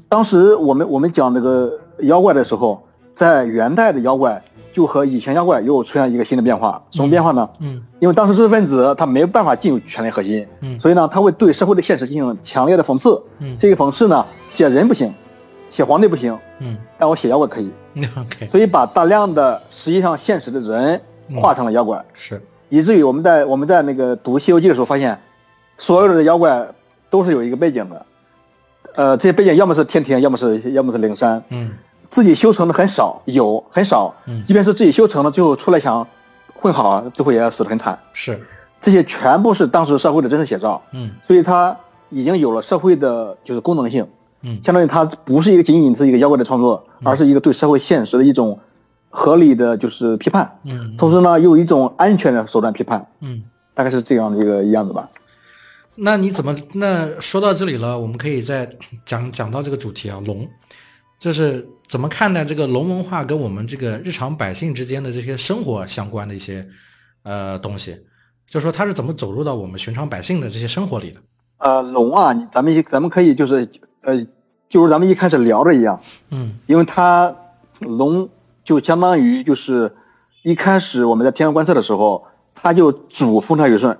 当时我们我们讲这个妖怪的时候，在元代的妖怪就和以前妖怪又出现一个新的变化，什么变化呢？嗯因为当时知识分子他没办法进入权力核心，嗯所以呢，他会对社会的现实进行强烈的讽刺。嗯这个讽刺呢，写人不行，写皇帝不行，嗯但我写妖怪可以。 ，OK，所以把大量的实际上现实的人嗯画成了妖怪，是，以至于我们在我们在那个读《西游记》的时候发现，所有的妖怪都是有一个背景的，呃，这些背景要么是天庭，要么是要么是灵山，嗯自己修成的很少，有很少嗯，即便是自己修成的，最后出来想混好，最后也死得很惨。是，这些全部是当时社会的真实写照，嗯所以它已经有了社会的就是功能性，嗯相当于它不是一个仅仅是一个妖怪的创作，而是一个对社会现实的一种合理的就是批判，嗯同时呢，又有一种安全的手段批判，嗯。大概是这样的一个样子吧。那你怎么？那说到这里了，我们可以再 讲讲到这个主题啊，龙，就是怎么看待这个龙文化跟我们这个日常百姓之间的这些生活相关的一些呃东西，就说它是怎么走入到我们寻常百姓的这些生活里的。呃，龙啊，你咱们一咱们可以就是呃，就如咱们一开始聊的一样，嗯因为它龙就相当于就是一开始我们在天文观测的时候，它就主风调雨顺。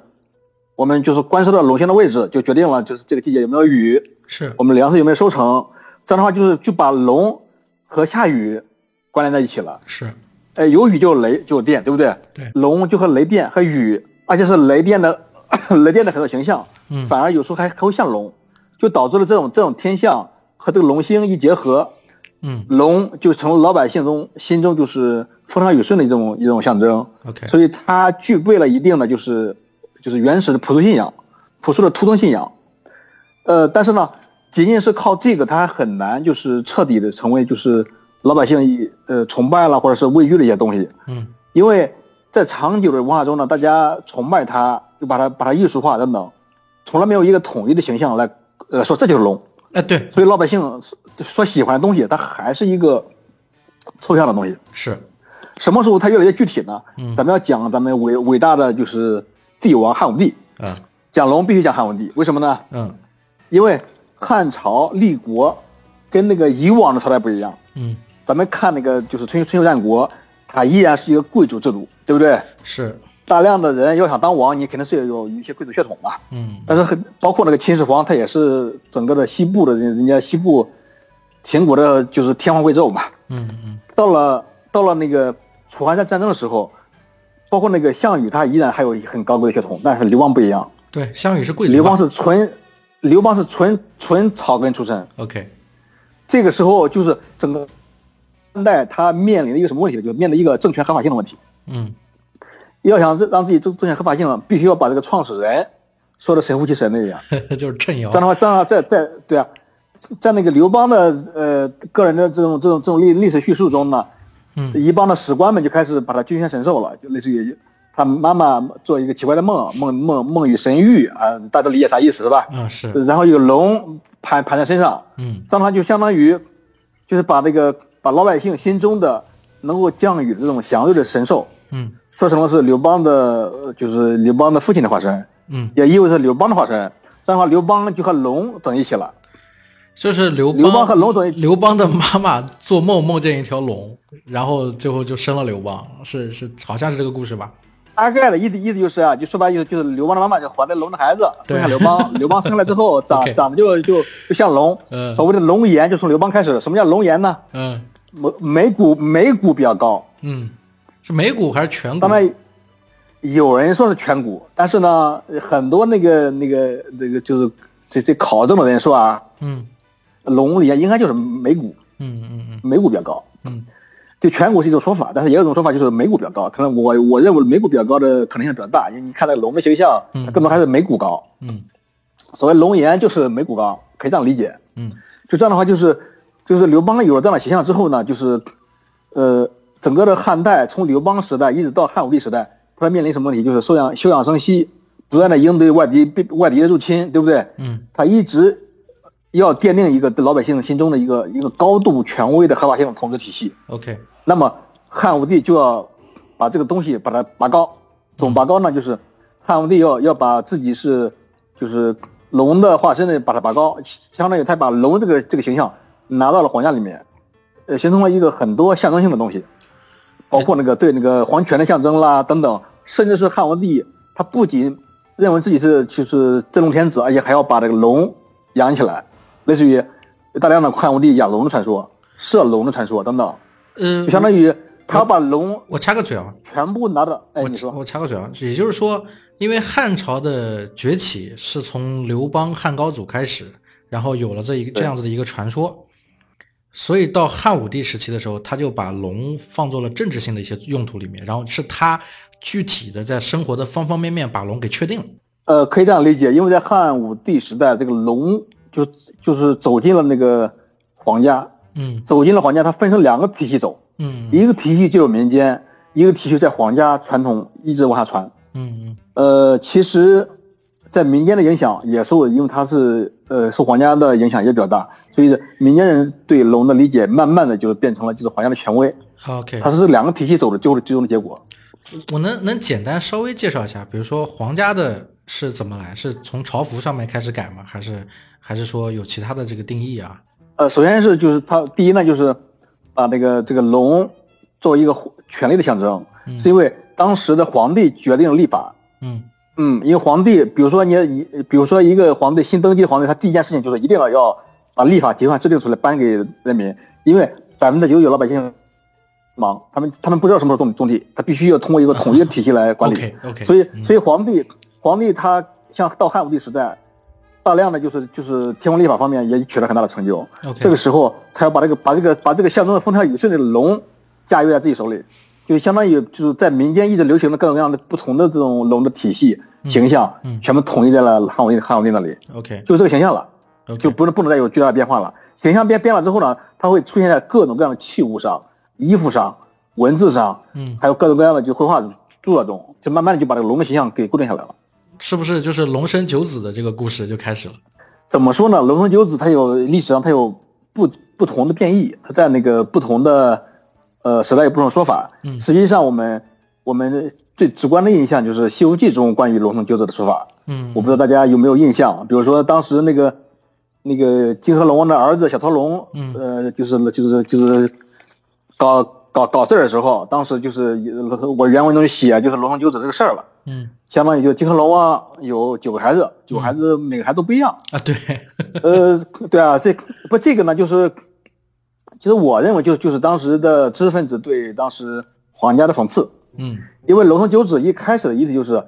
我们就是观测到龙星的位置，就决定了就是这个季节有没有雨，是我，们粮食有没有收成。这样的话就是就把龙和下雨关联在一起了。是，哎，有雨就有雷就有电，对不对？对龙就和雷电和雨，而且是雷电的 雷电的很多形象，嗯反而有时候还还会像龙，就导致了这种这种天象和这个龙星一结合，嗯龙就成了老百姓中心中就是风调雨顺的一种一种象征， ，OK，所以它具备了一定的就是就是原始的朴素信仰，朴素的图腾信仰。呃，但是呢，仅仅是靠这个，它还很难就是彻底的成为就是老百姓以呃崇拜了或者是畏惧的一些东西，嗯因为在长久的文化中呢，大家崇拜它，就把它把它艺术化等等，从来没有一个统一的形象来呃说这就是龙。哎、对，所以老百姓所所喜欢的东西，它还是一个抽象的东西。是，什么时候它越来越具体呢？嗯咱们要讲咱们伟伟大的就是帝王汉武帝，嗯讲龙必须讲汉武帝，为什么呢？嗯因为汉朝立国跟那个以往的朝代不一样，嗯咱们看那个就是春秋春秋战国，它依然是一个贵族制度，对不对？是，大量的人要想当王，你肯定是有一些贵族血统嘛。嗯，但是很包括那个秦始皇，他也是整个的西部的人人家西部秦国的就是天皇贵胄嘛。嗯嗯，到了到了那个楚汉战战争的时候，包括那个项羽，他依然还有很高贵的血统，但是刘邦不一样，对，项羽是贵族吧，刘邦是纯刘邦是纯纯草根出身。 OK，这个时候就是整个汉代他面临的一个什么问题？就是面临一个政权合法性的问题。嗯， 要想让自己政政权合法性，必须要把这个创始人说的神乎其神的一样。就是趁这样尧，的话，这样的话在在对啊，在那个刘邦的呃个人的这种这种这种历历史叙述中呢，嗯这一帮的史官们就开始把他君权神授了，就类似于他妈妈做一个奇怪的梦，梦梦梦与神域啊，大家理解啥意思是吧？啊是，然后有龙盘盘在身上，嗯这样的话就相当于就是把那个把老百姓心中的能够降雨的这种祥瑞的神兽，嗯说成了是刘邦的，呃就是刘邦的父亲的化身。嗯，也意味着刘邦的化身。这样的话，刘邦就和龙整一起了。就是刘邦刘邦和龙整一，刘邦的妈妈做梦梦见一条龙，然后最后就生了刘邦，是是，好像是这个故事吧？大概的意思意思就是啊，就说白了就是就是刘邦的妈妈就怀了龙的孩子，对生下刘 邦。刘邦生下来之后，长 OK 长得就就就像龙。嗯所谓的龙颜就从刘邦开始了。什么叫龙颜呢？嗯眉眉骨眉骨比较高，嗯，是眉骨还是颧骨？当然有人说是颧骨，但是呢，很多那个那个那个就是这这考证的人说啊，嗯龙颜应该就是眉骨，嗯嗯嗯眉骨比较高。嗯，对颧骨是一种说法，但是也有一种说法就是眉骨比较高。可能我我认为眉骨比较高的可能性比较大，因为你看那个龙的形象，嗯它更多还是眉骨高。嗯所谓龙颜就是眉骨高，可以这样理解。嗯就这样的话，就是就是刘邦有了这样的形象之后呢，就是呃，整个的汉代从刘邦时代一直到汉武帝时代，它面临什么问题？就是休养休养生息，不断的应对外敌被外敌的入侵，对不对？嗯他一直要奠定一个对老百姓心中的一个一个高度权威的合法性的统治体系。 ，OK，那么汉武帝就要把这个东西把它拔高，怎么拔高呢？就是汉武帝要要把自己是就是龙的化身的把它拔高，相当于他把龙这个这个形象拿到了皇家里面，呃，形成了一个很多象征性的东西，包括那个对那个皇权的象征啦等等，甚至是汉武帝他不仅认为自己是就是真龙天子，而且还要把这个龙养起来，类似于大量的汉武帝养龙的传说、射龙的传说等等。呃就，相当于他把龙我插个嘴啊，全部拿到，哎，我你插说，我插个嘴啊，也就是说，因为汉朝的崛起是从刘邦汉高祖开始，然后有了这一个对这样子的一个传说，所以到汉武帝时期的时候，他就把龙放做了政治性的一些用途里面，然后是他具体的在生活的方方面面把龙给确定了。呃，可以这样理解，因为在汉武帝时代，这个龙就就是走进了那个皇家，嗯走进了皇家，它分成两个体系走，嗯嗯一个体系进入民间，一个体系在皇家传统一直往下传。嗯呃，其实，在民间的影响也受，因为它是呃受皇家的影响也比较大，所以民间人对龙的理解慢慢的就变成了就是皇家的权威，啊，OK，它是这两个体系走的最后的最终的结果。我能能简单稍微介绍一下，比如说皇家的是怎么来，是从朝服上面开始改吗？还是还是说有其他的这个定义啊？呃，首先是就是它第一呢，就是把这个这个龙作为一个皇权力的象征，嗯是因为当时的皇帝决定立法。嗯嗯，因为皇帝，比如说你你，比如说一个皇帝新登基的皇帝，他第一件事情就是一定要要把立法规范制定出来颁给人民，因为百分之九十九老百姓忙，他们他们不知道什么时候种种地，他必须要通过一个统一的体系来管理。 ，OK OK，嗯所以，所以皇帝，皇帝他像到汉武帝时代，大量的就是就是天文历法方面也取得很大的成就。 OK 这个时候，他要把这个把这个把这个象征的风调雨顺的龙驾驭在自己手里，就相当于就是在民间一直流行的各种各样的不同的这种龙的体系形象，嗯全部统一在了汉武帝汉武帝那里， OK 就是这个形象了， OK，就不能不能再有巨大的变化了。形象变变了之后呢，它会出现在各种各样的器物上、衣服上、文字上，嗯，还有各种各样的就绘画著作中，就慢慢的就把这个龙的形象给固定下来了。是不是就是龙生九子的这个故事就开始了？怎么说呢？龙生九子，它有历史上它有不不同的变异，它在那个不同的呃时代有不同的说法。嗯实际上我们我们最直观的印象就是《西游记》中关于龙生九子的说法，嗯我不知道大家有没有印象？比如说当时那个那个泾河龙王的儿子小头龙，嗯呃，就是就是就是搞搞搞事儿的时候，当时就是呃我原文中写就是龙生九子这个事儿了，嗯相当于就金克龙啊有九个孩子，九个孩嗯子每个孩子都不一样，啊，对，呃，对啊，这不这个呢，就是其实我认为就就是当时的知识分子对当时皇家的讽刺，嗯因为龙生九子一开始的意思就是，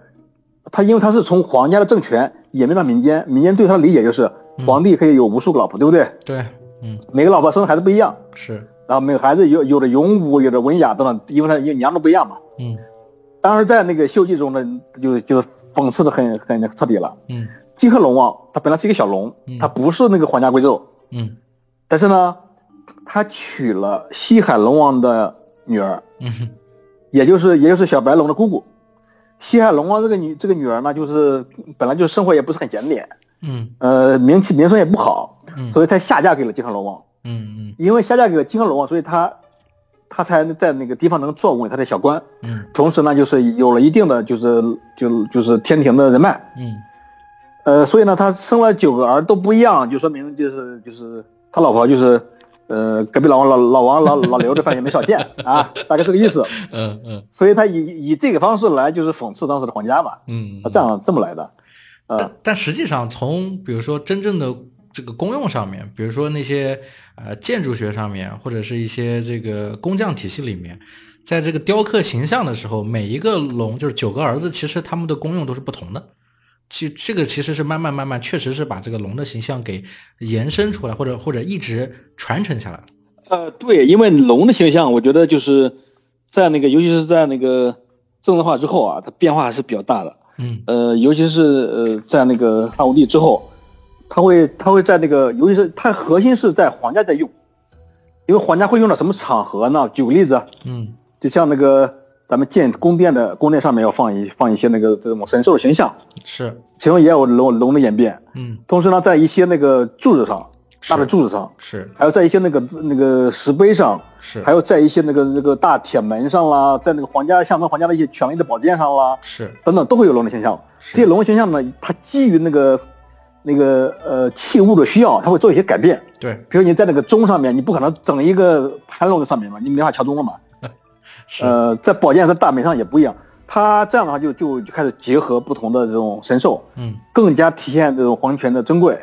他因为他是从皇家的政权演变到民间，民间对他的理解就是皇帝可以有无数个老婆，对不对？对，嗯每个老婆生的孩子不一样，是，然后每个孩子有有的勇武，有的文雅等等，因为他因为娘都不一样嘛。嗯当时在那个秀记中呢，就就讽刺的很很彻底了。嗯金克龙啊，他本来是一个小龙嗯，他不是那个皇家贵胄，嗯但是呢，他娶了西海龙王的女儿，嗯也就是也就是小白龙的姑姑。西海龙王这个女这个女儿呢，就是本来就是生活也不是很检点，嗯呃，名气名声也不好嗯，所以才下嫁给了金克龙王。嗯因为下嫁给了金克龙王，所以他他才在那个地方能坐稳他的小官，嗯同时呢，就是有了一定的就是就就是天庭的人脉。嗯呃，所以呢，他生了九个儿都不一样，就说明就是就是他老婆就是。呃，隔壁老王老老王老老刘这饭也没少见啊，大概这个意思。嗯嗯所以他以以这个方式来就是讽刺当时的皇家嘛，嗯啊，这样这么来的。呃但，但实际上，从比如说真正的这个功用上面，比如说那些呃建筑学上面，或者是一些这个工匠体系里面，在这个雕刻形象的时候，每一个龙就是九个儿子，其实他们的功用都是不同的。其这个其实是慢慢慢慢，确实是把这个龙的形象给延伸出来，或者或者一直传承下来了。呃，对，因为龙的形象，我觉得就是在那个，尤其是在那个政治化之后啊，它变化还是比较大的。嗯呃，尤其是呃，在那个汉武帝之后，他会他会在那个，尤其是它核心是在皇家在用，因为皇家会用到什么场合呢？举个例子啊，嗯就像那个咱们建宫殿的宫殿上面要放一放一些那个这种神兽的形象，是其中也有龙龙的演变。嗯同时呢，在一些那个柱子上，是大的柱子上，是还有在一些那个那个石碑上，是还有在一些那个那个大铁门上啦，在那个皇家象征皇家的一些权力的宝剑上啦，是等等，都会有龙的形象。是这些龙的形象呢，它基于那个那个呃器物的需要，它会做一些改变。对比如你在那个钟上面，你不可能整一个盘龙在上面嘛，你没法敲钟了嘛。是呃，在宝剑和大门上也不一样，它这样的话就就就开始结合不同的这种神兽，嗯更加体现这种皇权的珍贵。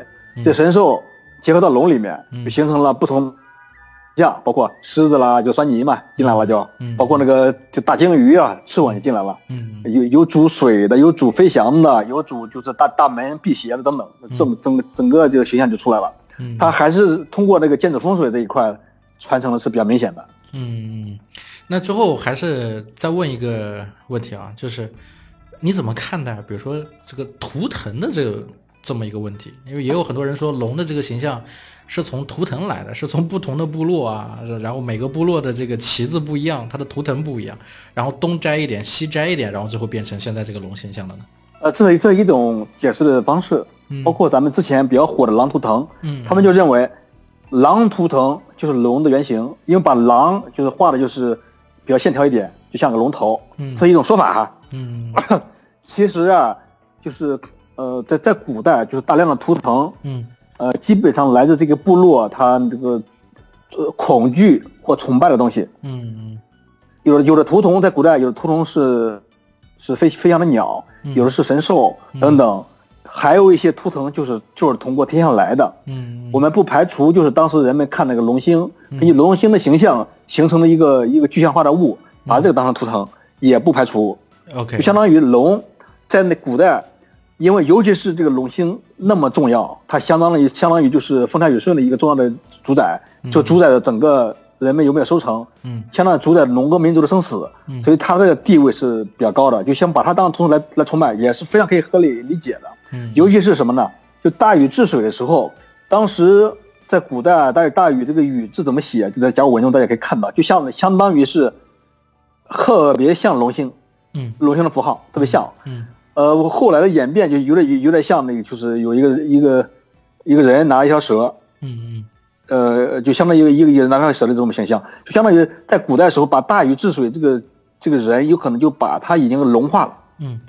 这神兽结合到龙里面，嗯就形成了不同像，包括狮子啦，就酸泥嘛进来了就，嗯包括那个就大鲸鱼啊，赤吻也进来了，嗯嗯有有煮水的，有煮飞翔的，有煮就是大大门辟邪的等等，整整整个这个形象就出来了。嗯它还是通过那个建筑风水这一块传承的是比较明显的。嗯，那最后还是再问一个问题啊，就是你怎么看待，比如说这个图腾的这个这么一个问题？因为也有很多人说龙的这个形象是从图腾来的，是从不同的部落啊，然后每个部落的这个旗子不一样，它的图腾不一样，然后东摘一点，西摘一点，然后最后变成现在这个龙形象了呢？呃，这是这是一种解释的方式，嗯包括咱们之前比较火的狼图腾，嗯，他们就认为狼图腾就是龙的原型，因为把狼就是画的就是比较线条一点，就像个龙头，嗯这是一种说法哈。嗯其实啊，就是呃，在在古代就是大量的图腾，嗯呃，基本上来自这个部落他这个呃恐惧或崇拜的东西。嗯有的有的图腾在古代，有的图腾是是飞飞翔的鸟，嗯有的是神兽嗯等等，还有一些图腾就是就是通过天象来的。嗯，我们不排除就是当时人们看那个龙星，嗯根据龙星的形象形成的一个一个具象化的物，把这个当成图嗯腾，也不排除， OK，就相当于龙在那古代，因为尤其是这个龙星那么重要，它相当于相当于就是风调雨顺的一个重要的主宰，就主宰了整个人们有没有收成，嗯相当于主宰农耕民族的生死嗯，所以它的地位是比较高的，就想把它当图腾来来崇拜，也是非常可以合理理解的。嗯尤其是什么呢？就大禹治水的时候，当时在古代，大禹大禹这个禹字怎么写，就在甲骨文中大家可以看到，就像相当于是特别像龙星，嗯龙星的符号特别像。嗯呃，后来的演变就有点有有点像那个，就是有一个一个一个人拿一条蛇，嗯嗯呃，就相当于一个一个人拿上蛇的这种形象，就相当于在古代时候把大禹治水这个这个人有可能就把他已经龙化了。嗯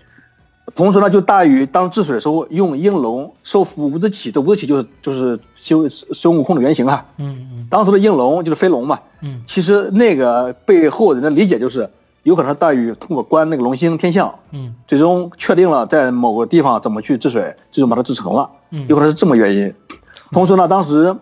同时呢，就大禹当治水的时候用应龙收服伍子耆，这伍子耆就是就是孙孙悟空的原型啊。嗯嗯当时的应龙就是飞龙嘛。嗯其实那个被后人的理解就是，有可能大禹通过观那个龙星天象，嗯最终确定了在某个地方怎么去治水，最终把它治成了，嗯有可能是这么原因。同时呢，当时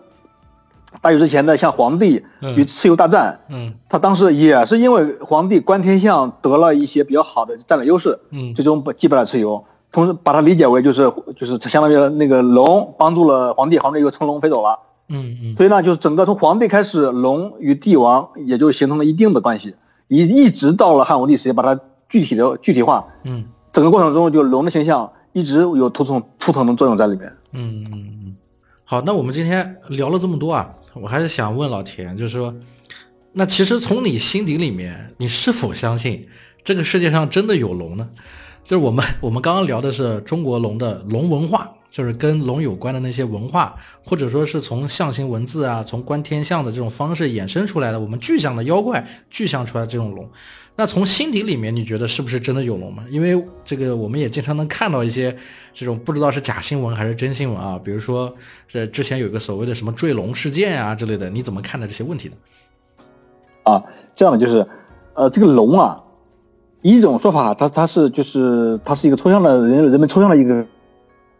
大禹之前的像皇帝与嗯蚩尤大战，嗯他当时也是因为皇帝观天象得了一些比较好的战略优势，嗯最终把击败了蚩尤。同时把它理解为就是就是相当于那个龙帮助了皇帝，皇帝又乘龙飞走了。嗯嗯所以呢，就是整个从皇帝开始，龙与帝王也就形成了一定的关系，一一直到了汉武帝时期，把它具体的具体化。嗯整个过程中，就龙的形象一直有图腾图腾的作用在里面。嗯嗯。好，那我们今天聊了这么多啊，我还是想问老田，就是说，那其实从你心底里面，你是否相信这个世界上真的有龙呢？就是我们我们刚刚聊的是中国龙的龙文化，就是跟龙有关的那些文化，或者说是从象形文字啊，从观天象的这种方式衍生出来的，我们具象的妖怪具象出来的这种龙。那从心底里面，你觉得是不是真的有龙吗？因为这个我们也经常能看到一些这种不知道是假新闻还是真新闻啊，比如说这之前有个所谓的什么坠龙事件啊之类的，你怎么看待这些问题的？啊，这样的就是，呃，这个龙啊，一种说法它它是就是它是一个抽象的人人们抽象的一个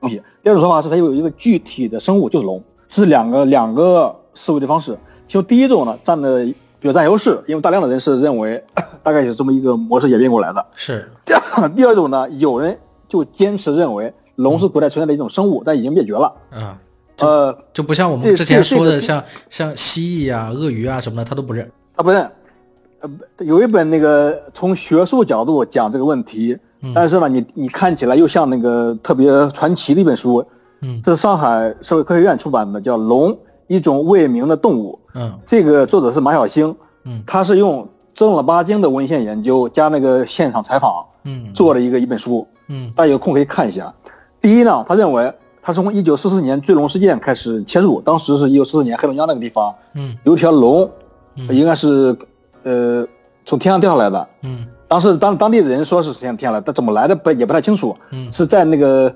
东西；第二种说法是它有一个具体的生物就是龙，是两个两个思维的方式。就第一种呢，占的呃比较占优势，因为大量的人是认为 大概有这么一个模式演变过来的。 是，第二第二种呢，有人就坚持认为龙是古代存在的一种生物，但已经灭绝了。啊，呃，就不像我们这之前这这说的个像像蜥蜴啊、鳄鱼啊什么的，他都不认。啊，不是，呃，有一本那个从学术角度讲这个问题，嗯但是呢，你你看起来又像那个特别传奇的一本书，嗯这是上海社会科学院出版的，叫《龙：一种未明的动物》。嗯这个作者是马晓星，嗯他是用正儿八经的文献研究加那个现场采访嗯，做了一个一本书，嗯大家有空可以看一下。第一呢，他认为他从一九四四年坠龙事件开始切入，当时是一九四四年黑龙江那个地方嗯有一条龙嗯应该是呃从天上掉下来的。嗯当时当当地人说是天上掉下来，但怎么来的不也不太清楚。嗯是在那个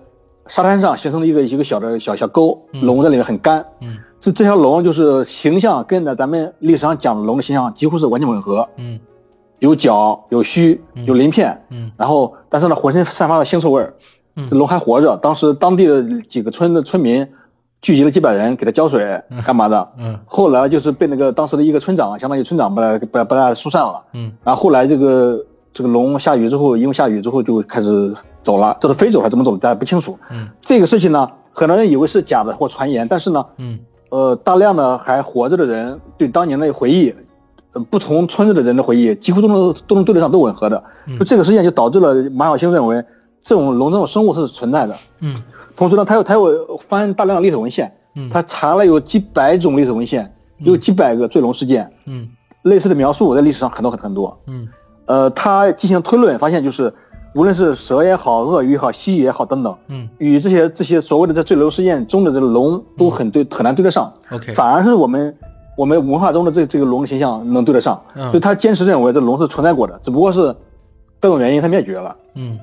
沙滩上形成了一个一个小的小小沟，嗯龙在里面很干。嗯这这条龙就是形象跟着咱们历史上讲的龙的形象几乎是完全吻合，嗯有角有须嗯有鳞片，嗯然后但是呢浑身散发着腥臭味儿。嗯这龙还活着，当时当地的几个村的村民聚集了几百人给它浇水干嘛的。嗯后来就是被那个当时的一个村长，相当于村长把它把把它疏散了。嗯然后后来这个这个龙下雨之后，因为下雨之后就开始走了，这是飞走还是怎么走的，大家不清楚。嗯这个事情呢，很多人以为是假的或传言，但是呢，嗯呃，大量的还活着的人对当年的回忆，呃不同村子的人的回忆，几乎都能都能对得上，都吻合的。嗯就这个事件就导致了马晓星认为这种龙这种生物是存在的。嗯同时呢，他又他又翻大量的历史文献，嗯他查了有几百种历史文献，有几百个坠龙事件，嗯类似的描述在历史上很多很很多。嗯呃，他进行推论，发现就是，无论是蛇也好，鳄鱼也好，蜥蜴也好等等，嗯与这些这些所谓的这坠楼事件中的这个龙都很对很难对得上，嗯，OK，反而是我们我们文化中的这这个龙形象能对得上，嗯所以他坚持认为这龙是存在过的，只不过是各种原因它灭绝了。嗯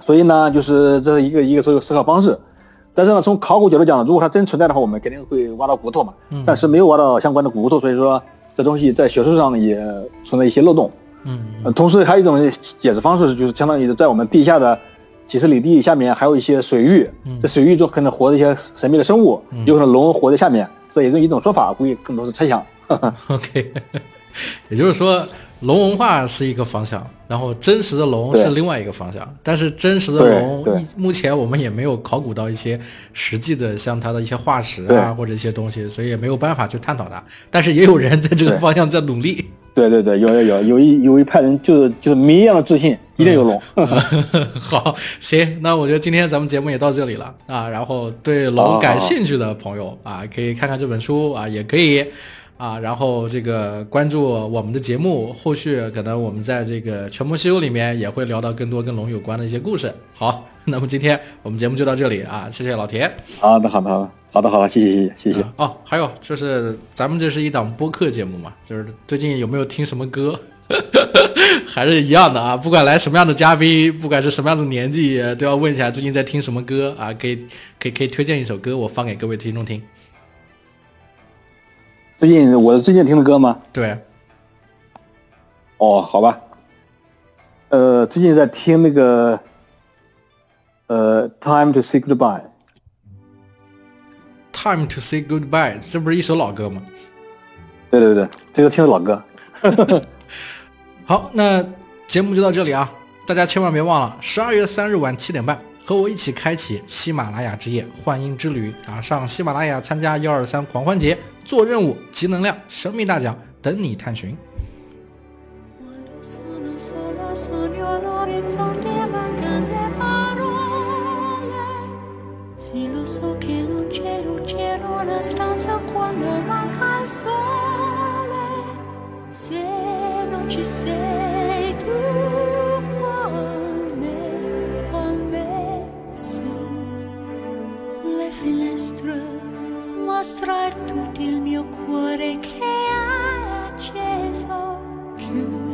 所以呢，就是这是一个一个思思考方式。但是呢，从考古角度讲，如果它真存在的话，我们肯定会挖到骨头嘛。嗯暂时没有挖到相关的骨头，所以说这东西在学术上也存在一些漏洞。嗯呃，同时还有一种解释方式，就是相当于在我们地下的几十里地下面还有一些水域，嗯这水域中可能活着一些神秘的生物，嗯有可能龙活在下面，这也是一种说法，估计更多是猜想。 OK，也就是说，龙文化是一个方向，然后真实的龙对是另外一个方向。但是真实的对龙，对一目前我们也没有考古到一些实际的，像它的一些化石啊对或者一些东西，所以也没有办法去探讨它。但是也有人在这个对方向在努力。对对对，有有有有一有一派人就是就是谜一样的自信，一定有龙。嗯 好，行，那我觉得今天咱们节目也到这里了啊。然后对龙好感好兴趣的朋友啊，可以看看这本书啊，也可以啊，然后这个关注我们的节目，后续可能我们在这个全盟西游里面也会聊到更多跟龙有关的一些故事。好，那么今天我们节目就到这里啊，谢谢老田。好啊的，好的，好的，好的，好的，谢谢，谢谢，谢谢。哦，还有就是咱们这是一档播客节目嘛，就是最近有没有听什么歌？ 还是一样的啊，不管来什么样的嘉宾，不管是什么样的年纪，呃都要问一下最近在听什么歌啊，可以可以可以推荐一首歌，我放给各位听众听。最近我最近听的歌吗？对，哦，好吧。呃，最近在听那个，呃，《Time to Say Goodbye》。 Time to say goodbye，这不是一首老歌吗？对对对，这个听的老歌。好，那节目就到这里啊，大家千万别忘了，十二月三日晚七点半，和我一起开启喜马拉雅之夜幻音之旅啊！上喜马拉雅参加幺二三狂欢节，做任务，集能量，神秘大奖等你探寻。 Quando sono sola sogno all'orizzonte e mancan le parole. Sì, lo so che non c'è luce in una stanza quando manca il sole. Se non ci sei tu con me, con me su. Le finestre mostrar tutto il mio cuore che è acceso, chiuso.